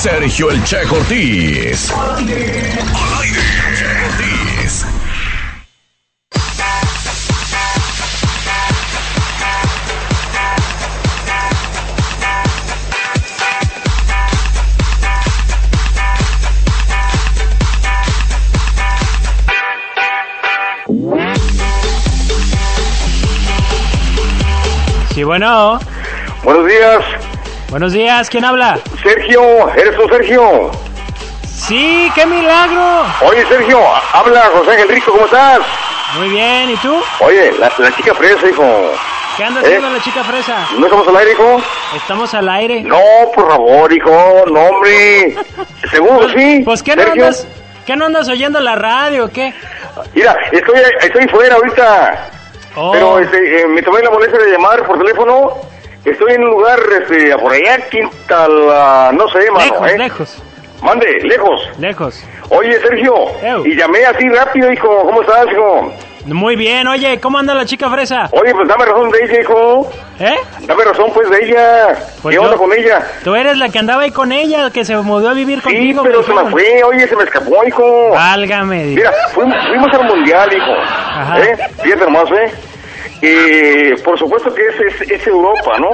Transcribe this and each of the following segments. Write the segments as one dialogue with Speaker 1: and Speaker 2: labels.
Speaker 1: Sergio El Che Cortés.
Speaker 2: Sí, bueno.
Speaker 3: Buenos días,
Speaker 2: Buenos días, ¿quién habla?
Speaker 3: Sergio, eres tú Sergio.
Speaker 2: Sí, qué milagro.
Speaker 3: Oye Sergio, ha- habla José Ángel Rico, ¿cómo estás?
Speaker 2: Muy bien, ¿y tú?
Speaker 3: Oye, la, la chica fresa, hijo.
Speaker 2: ¿Qué anda
Speaker 3: ¿Eh?
Speaker 2: haciendo la chica fresa?
Speaker 3: ¿No estamos al aire, hijo?
Speaker 2: Estamos al aire.
Speaker 3: No, por favor, hijo, no, hombre. ¿Seguro que sí?
Speaker 2: Pues ¿qué no,
Speaker 3: Sergio?
Speaker 2: andas, ¿qué no andas oyendo la radio o qué?
Speaker 3: Mira, estoy, estoy fuera ahorita.
Speaker 2: Oh,
Speaker 3: Pero este, eh, me tomé la molestia de llamar por teléfono. Estoy en un lugar, este, por allá, quinta la... no sé, mano,
Speaker 2: lejos,
Speaker 3: ¿eh?
Speaker 2: lejos,
Speaker 3: Mande, lejos.
Speaker 2: lejos.
Speaker 3: Oye, Sergio,
Speaker 2: Ew.
Speaker 3: y llamé así rápido, hijo, ¿cómo estás, hijo?
Speaker 2: Muy bien, oye, ¿cómo anda la chica fresa?
Speaker 3: Oye, pues dame razón de ella, hijo.
Speaker 2: ¿Eh?
Speaker 3: Dame razón, pues, de ella.
Speaker 2: Pues
Speaker 3: ¿Qué
Speaker 2: yo-
Speaker 3: onda con ella?
Speaker 2: Tú eres la que andaba ahí con ella, que se mudó a vivir
Speaker 3: Sí,
Speaker 2: contigo.
Speaker 3: pero
Speaker 2: me
Speaker 3: se me
Speaker 2: dijeron.
Speaker 3: fue, oye, se me escapó, hijo.
Speaker 2: Válgame. di-
Speaker 3: Mira, fuimos, fuimos al mundial, hijo.
Speaker 2: Ajá.
Speaker 3: ¿Eh? Fíjate nomás, ¿eh? Eh, por supuesto que es, es, es Europa, ¿no?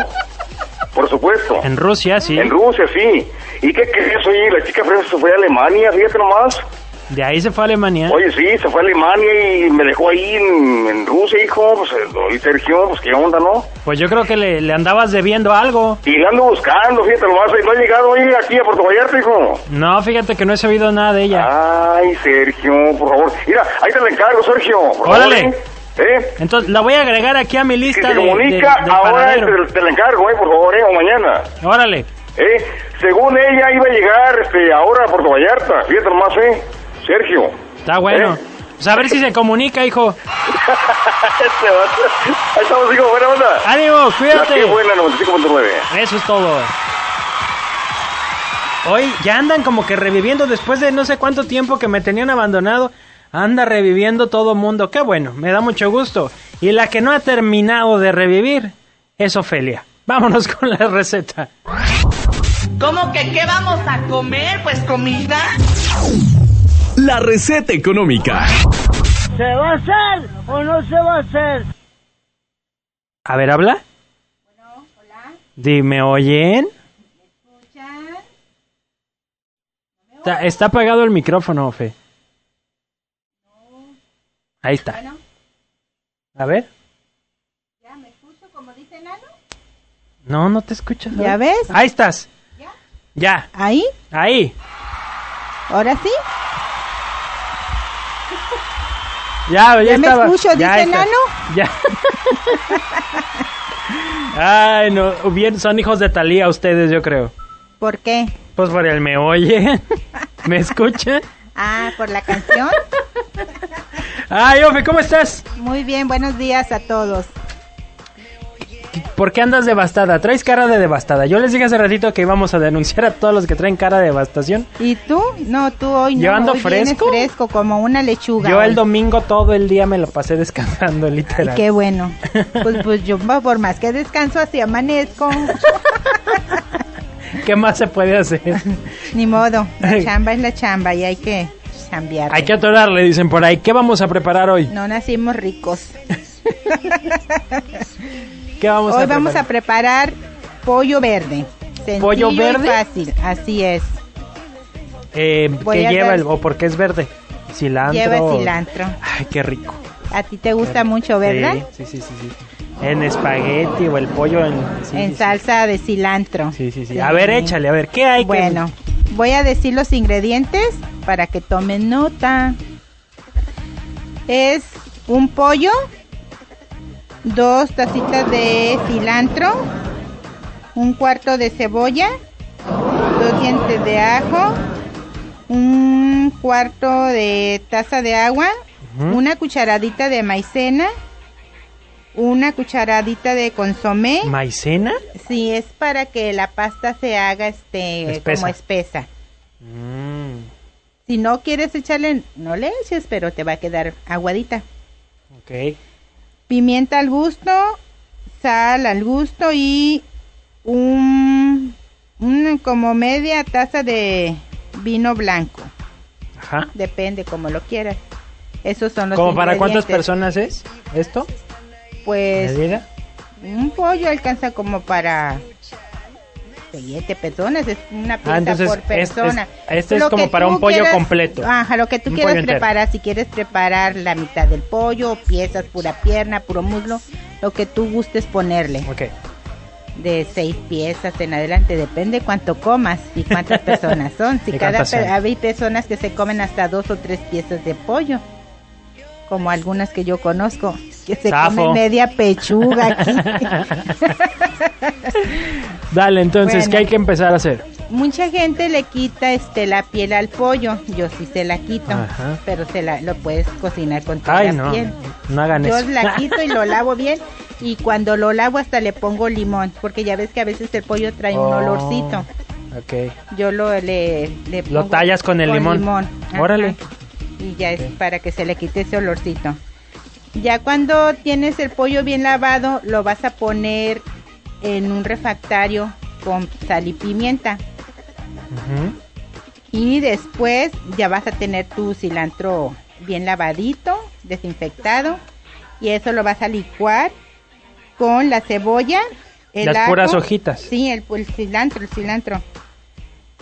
Speaker 3: Por supuesto.
Speaker 2: En Rusia, sí.
Speaker 3: En Rusia, sí. ¿Y qué crees, oye? La chica fresa se fue a Alemania, fíjate nomás.
Speaker 2: De ahí se fue a Alemania.
Speaker 3: Oye, sí, se fue a Alemania y me dejó ahí en, en Rusia, hijo. Pues, eh, oye, Sergio, pues, ¿qué onda, no?
Speaker 2: Pues yo creo que le, le andabas debiendo algo.
Speaker 3: Y la ando buscando, fíjate nomás. y No ha llegado, oye, aquí a Puerto Vallarta, hijo.
Speaker 2: No, fíjate que no he sabido nada de ella.
Speaker 3: Ay, Sergio, por favor. Mira, ahí te la encargo, Sergio. por favor,
Speaker 2: Órale.
Speaker 3: ¿eh? ¿Eh?
Speaker 2: Entonces, la voy a agregar aquí a mi
Speaker 3: Si
Speaker 2: lista de,
Speaker 3: te
Speaker 2: de-
Speaker 3: comunica,
Speaker 2: del
Speaker 3: ahora
Speaker 2: paradero.
Speaker 3: te, te la encargo, ¿eh? Por favor, ¿eh? O mañana.
Speaker 2: Órale.
Speaker 3: ¿Eh? Según ella, iba a llegar este, ahora a Puerto Vallarta. Fíjate nomás, ¿eh? Sergio.
Speaker 2: Está bueno.
Speaker 3: ¿Eh?
Speaker 2: Pues a ver si se comunica, hijo.
Speaker 3: Este vato. Ahí estamos, hijo, buena onda.
Speaker 2: Ánimo,
Speaker 3: La
Speaker 2: cuídate.
Speaker 3: que buena, 95.9.
Speaker 2: Eso es todo. Hoy ya andan como que reviviendo después de no sé cuánto tiempo que me tenían abandonado. Anda reviviendo todo mundo. Qué bueno, me da mucho gusto. Y la que no ha terminado de revivir es Ofelia. Vámonos con la receta.
Speaker 4: ¿Cómo que qué vamos a comer? Pues comida.
Speaker 1: La receta económica.
Speaker 5: ¿Se va a hacer o no se va a hacer?
Speaker 2: A ver, habla.
Speaker 6: Bueno, hola,
Speaker 2: Dime, ¿oyen?
Speaker 6: escuchan.
Speaker 2: Está, está apagado el micrófono, Ofe. Ahí está.
Speaker 6: Bueno,
Speaker 2: A ver.
Speaker 6: ya me escucho como dice Nano.
Speaker 2: No, no te escuchas. a
Speaker 6: ¿Ya
Speaker 2: ver.
Speaker 6: ves?
Speaker 2: Ahí estás.
Speaker 6: ¿Ya?
Speaker 2: Ya.
Speaker 6: Ahí,
Speaker 2: Ahí.
Speaker 6: ahora sí.
Speaker 2: Ya, ya,
Speaker 6: ¿Ya me
Speaker 2: estaba.
Speaker 6: escucho?
Speaker 2: Ya
Speaker 6: ¿Dice
Speaker 2: está.
Speaker 6: Nano?
Speaker 2: Ya. Ay, no. Bien, son hijos de Talía ustedes, yo creo.
Speaker 6: ¿Por qué?
Speaker 2: Pues por el me oye. ¿Me escucha?
Speaker 6: Ah, por la canción.
Speaker 2: Ay, Ofe, ¿cómo estás?
Speaker 6: Muy bien, buenos días a todos.
Speaker 2: ¿Por qué andas devastada? Traes cara de devastada. Yo les dije hace ratito que íbamos a denunciar a todos los que traen cara de devastación.
Speaker 6: ¿Y tú? No, tú hoy no.
Speaker 2: ¿Yo ando
Speaker 6: hoy vienes
Speaker 2: fresco?
Speaker 6: fresco como una lechuga.
Speaker 2: Yo el
Speaker 6: hoy.
Speaker 2: domingo todo el día me lo pasé descansando,
Speaker 6: Ay,
Speaker 2: literal.
Speaker 6: qué bueno. Pues, pues yo por más que descanso así amanezco.
Speaker 2: ¿Qué más se puede hacer?
Speaker 6: Ni modo, la chamba es la chamba y hay que cambiar.
Speaker 2: Hay que atorarle, dicen por ahí. ¿Qué vamos a preparar hoy?
Speaker 6: No nacimos ricos.
Speaker 2: ¿Qué vamos
Speaker 6: Hoy
Speaker 2: a preparar?
Speaker 6: vamos a preparar pollo verde. Sencillo
Speaker 2: ¿Pollo
Speaker 6: y
Speaker 2: verde?
Speaker 6: fácil, así es.
Speaker 2: Eh,
Speaker 6: voy
Speaker 2: ¿Qué
Speaker 6: a
Speaker 2: lleva
Speaker 6: dar-
Speaker 2: el o por qué es verde? Cilantro.
Speaker 6: Lleva cilantro.
Speaker 2: Ay, qué rico.
Speaker 6: A ti te gusta mucho, ¿verdad?
Speaker 2: Sí, sí, sí, sí. En espagueti o el pollo en, sí,
Speaker 6: en
Speaker 2: sí,
Speaker 6: salsa de cilantro.
Speaker 2: Sí, sí, sí. A ver, échale, a ver, ¿qué hay que-
Speaker 6: Bueno, voy a decir los ingredientes para que tomen nota. Es un pollo, dos tacitas de cilantro, un cuarto de cebolla, dos dientes de ajo, un cuarto de taza de agua,
Speaker 2: Ujú.
Speaker 6: una cucharadita de maicena, una cucharadita de consomé.
Speaker 2: ¿Maicena?
Speaker 6: Sí, es para que la pasta se haga este
Speaker 2: Espesa.
Speaker 6: como espesa.
Speaker 2: Mm,
Speaker 6: Si no quieres echarle, no le eches, pero te va a quedar aguadita.
Speaker 2: ok.
Speaker 6: Pimienta al gusto, sal al gusto y un, mm, como media taza de vino blanco.
Speaker 2: Ajá.
Speaker 6: Depende, como lo quieras. Esos son los
Speaker 2: ¿Como para cuántas
Speaker 6: ingredientes.
Speaker 2: personas es esto?
Speaker 6: Pues
Speaker 2: ¿Medida?
Speaker 6: un pollo alcanza como para siete personas, es una pieza
Speaker 2: Ah, entonces
Speaker 6: por
Speaker 2: es- es-
Speaker 6: persona.
Speaker 2: este es
Speaker 6: Lo
Speaker 2: como
Speaker 6: que
Speaker 2: para
Speaker 6: tú
Speaker 2: un pollo
Speaker 6: quieras-
Speaker 2: completo.
Speaker 6: Ajá, lo que tú
Speaker 2: Un
Speaker 6: quieras
Speaker 2: pollo entero.
Speaker 6: preparar, si quieres preparar la mitad del pollo, piezas, pura pierna, puro muslo, lo que tú gustes ponerle,
Speaker 2: Ok.
Speaker 6: de seis piezas en adelante, depende cuánto comas y cuántas personas son. Si
Speaker 2: Y
Speaker 6: cada
Speaker 2: cuántas
Speaker 6: pe-
Speaker 2: son.
Speaker 6: hay personas que se comen hasta dos o tres piezas de pollo, como algunas que yo conozco, que se
Speaker 2: Zafo.
Speaker 6: comen media pechuga aquí.
Speaker 2: Dale, entonces,
Speaker 6: Bueno.
Speaker 2: ¿qué hay que empezar a hacer?
Speaker 6: Mucha gente le quita este la piel al pollo, yo sí se la quito,
Speaker 2: Ajá.
Speaker 6: pero se la lo puedes cocinar con toda
Speaker 2: Ay,
Speaker 6: la
Speaker 2: no.
Speaker 6: piel.
Speaker 2: No hagan
Speaker 6: Yo
Speaker 2: eso.
Speaker 6: la quito y lo lavo bien y cuando lo lavo hasta le pongo limón, porque ya ves que a veces el pollo trae un
Speaker 2: Oh,
Speaker 6: olorcito.
Speaker 2: Ok.
Speaker 6: Yo lo le, le
Speaker 2: Lo
Speaker 6: pongo
Speaker 2: tallas con el limón.
Speaker 6: Ajá.
Speaker 2: Órale.
Speaker 6: Y ya es para que se le quite ese olorcito. Ya cuando tienes el pollo bien lavado, lo vas a poner en un refractario con sal y pimienta.
Speaker 2: Ujú.
Speaker 6: Y después ya vas a tener tu cilantro bien lavadito, desinfectado. Y eso lo vas a licuar con la cebolla, el
Speaker 2: Las
Speaker 6: ajo.
Speaker 2: puras hojitas.
Speaker 6: Sí, el, el cilantro, el cilantro.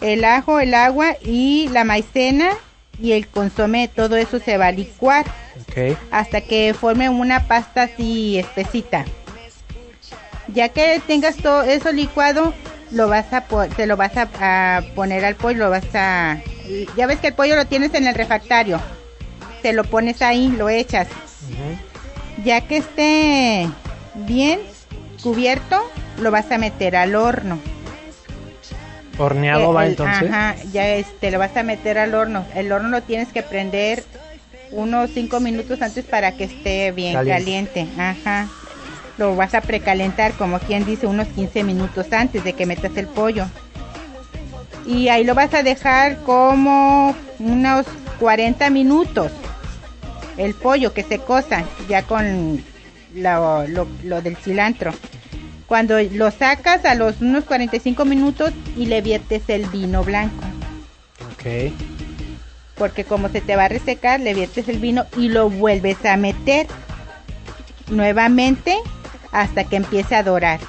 Speaker 6: El ajo, el agua y la maicena y el consomé. Todo eso se va a licuar
Speaker 2: Ok.
Speaker 6: hasta que forme una pasta así espesita. Ya que tengas todo eso licuado, lo vas a po- te lo vas a, a poner al pollo, lo vas a y ya ves que el pollo lo tienes en el refractario. Te lo pones ahí, lo echas. Ya que esté bien cubierto, lo vas a meter al horno.
Speaker 2: Horneado
Speaker 6: Eh,
Speaker 2: va
Speaker 6: el-
Speaker 2: entonces.
Speaker 6: Ajá, ya este, lo vas a meter al horno. El horno lo tienes que prender unos 5 minutos antes para que esté bien
Speaker 2: Caliente.
Speaker 6: caliente. Ajá. Lo vas a precalentar, como quien dice, unos 15 minutos antes de que metas el pollo. Y ahí lo vas a dejar como unos 40 minutos. El pollo que se cosa ya con la- lo- lo del cilantro. Cuando lo sacas a los unos 45 minutos y le viertes el vino blanco.
Speaker 2: Ok.
Speaker 6: Porque como se te va a resecar, le viertes el vino y lo vuelves a meter nuevamente hasta que empiece a dorar.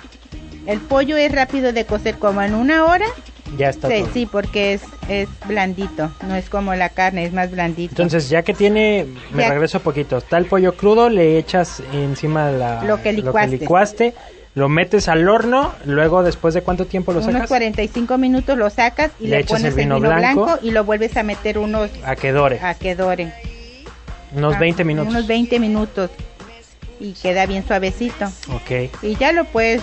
Speaker 6: El pollo es rápido de cocer como en una hora.
Speaker 2: Ya está
Speaker 6: Sí,
Speaker 2: todo.
Speaker 6: sí, porque es, es blandito. No es como la carne, es más blandito.
Speaker 2: Entonces, ya que tiene, me
Speaker 6: Ya.
Speaker 2: regreso poquito, está el pollo crudo, le echas encima la,
Speaker 6: Lo que licuaste.
Speaker 2: licuaste, lo metes al horno, luego después de cuánto tiempo lo
Speaker 6: unos
Speaker 2: sacas,
Speaker 6: 45 minutos lo sacas y
Speaker 2: Le
Speaker 6: le,
Speaker 2: echas
Speaker 6: pones el vino, blanco. y lo vuelves a meter unos
Speaker 2: a que dore,
Speaker 6: a que dore.
Speaker 2: unos
Speaker 6: Ah,
Speaker 2: 20 minutos.
Speaker 6: Unos 20 minutos. Y queda bien suavecito.
Speaker 2: Ok,
Speaker 6: Y ya lo puedes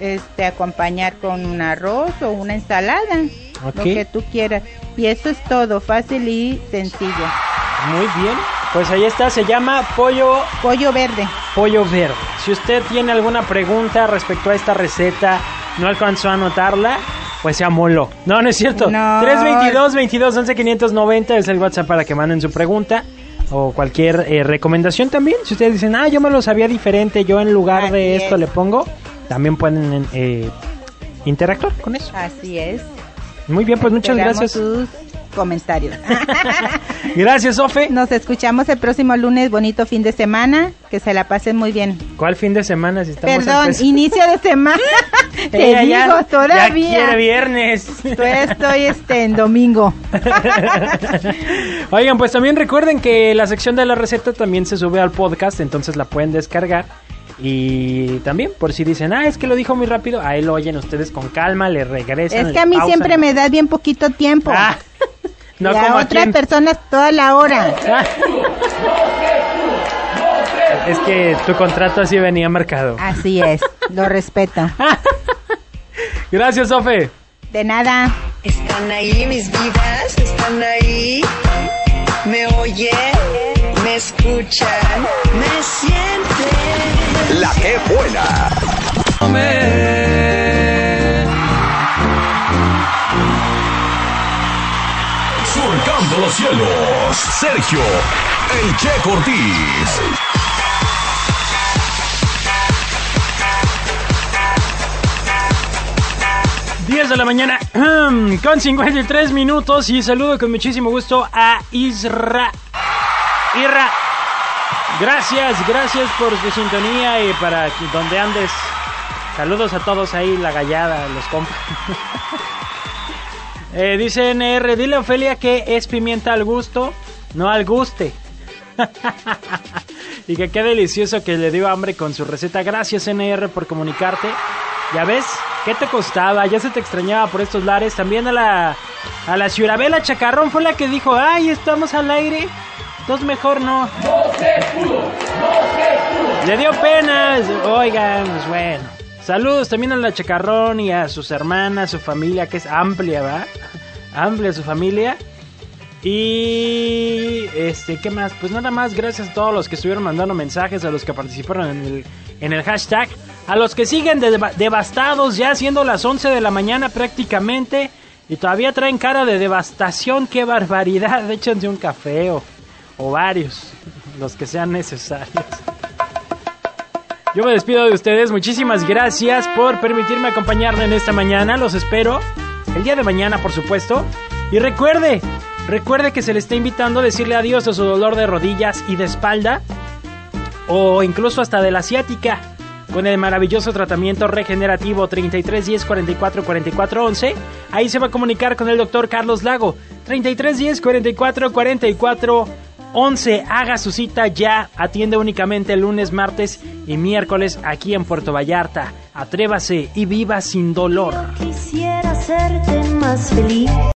Speaker 6: este, acompañar con un arroz o una ensalada. Lo
Speaker 2: Ok.
Speaker 6: que tú quieras. Y eso es todo, fácil y sencillo.
Speaker 2: muy bien. Pues ahí está, se llama pollo
Speaker 6: Pollo verde.
Speaker 2: pollo verde. Si usted tiene alguna pregunta respecto a esta receta, no alcanzó a anotarla, pues se amoló. No, no es cierto.
Speaker 6: No.
Speaker 2: 322 22 11 590 es el WhatsApp para que manden su pregunta o cualquier eh, recomendación también. Si ustedes dicen, ah, yo me lo sabía diferente, yo en lugar de
Speaker 6: Así
Speaker 2: esto
Speaker 6: es.
Speaker 2: le pongo, también pueden eh, interactuar con eso.
Speaker 6: Así es.
Speaker 2: Muy bien, pues muchas
Speaker 6: Esperamos
Speaker 2: gracias.
Speaker 6: sus comentarios.
Speaker 2: Gracias, Sofe.
Speaker 6: Nos escuchamos el próximo lunes. Bonito fin de semana. Que se la pasen muy bien.
Speaker 2: ¿Cuál fin de semana si estamos
Speaker 6: Perdón,
Speaker 2: empezando?
Speaker 6: inicio de semana. Te
Speaker 2: Ella ya-
Speaker 6: digo,
Speaker 2: Ya quiere
Speaker 6: todavía.
Speaker 2: viernes.
Speaker 6: Todavía estoy este, en domingo.
Speaker 2: Oigan, pues también recuerden que la sección de la receta también se sube al podcast, entonces la pueden descargar. Y también, por si dicen, ah, es que lo dijo muy rápido, ahí lo oyen ustedes con calma, le regresan.
Speaker 6: Es
Speaker 2: le
Speaker 6: que a mí
Speaker 2: pausan.
Speaker 6: siempre me da bien poquito tiempo.
Speaker 2: Ah, no
Speaker 6: y a
Speaker 2: como a
Speaker 6: otras
Speaker 2: quién.
Speaker 6: personas toda la hora.
Speaker 2: Ah. Es que tu contrato así venía marcado.
Speaker 6: Así es, lo respeto.
Speaker 2: Gracias, Sofe.
Speaker 6: De nada.
Speaker 7: Están ahí mis vidas, están ahí. Me oyen, me escuchan, me sienten.
Speaker 1: La que buena. Surcando los cielos, Sergio, el Che Cortés.
Speaker 2: 10 de la mañana con 53 minutos y saludo con muchísimo gusto a Isra. Isra, gracias, gracias por su sintonía y para que- donde andes. Saludos a todos ahí, la gallada, los compas. Eh, dice NR, dile a Ofelia que es pimienta al gusto, no al guste. y que qué delicioso que le dio hambre con su receta. Gracias NR por comunicarte. Ya ves, ¿qué te costaba? Ya se te extrañaba por estos lares. También a la, a la Ciurabela Chacarrón fue la que dijo, ay, estamos al aire. Entonces mejor no. No se pudo, no se pudo. Le dio penas. Oigan, pues bueno. Saludos también a la Chacarrón y a sus hermanas, su familia, que es amplia, ¿va? Amplia su familia. Y este, ¿qué más? Pues nada más, gracias a todos los que estuvieron mandando mensajes, a los que participaron en el, en el hashtag, a los que siguen deva- devastados ya siendo las 11 de la mañana prácticamente y todavía traen cara de devastación, qué barbaridad, échense un café o, o varios, los que sean necesarios. Yo me despido de ustedes, muchísimas gracias por permitirme acompañarme en esta mañana, los espero el día de mañana por supuesto. Y recuerde, recuerde que se le está invitando a decirle adiós a su dolor de rodillas y de espalda o incluso hasta de la asiática con el maravilloso tratamiento regenerativo 33 10 44 44 11. Ahí se va a comunicar con el doctor Carlos Lago 33 10 44 44 11. Haga su cita ya. Atiende únicamente lunes, martes y miércoles aquí en Puerto Vallarta. Atrévase y viva sin dolor.
Speaker 8: Quisiera hacerte más feliz.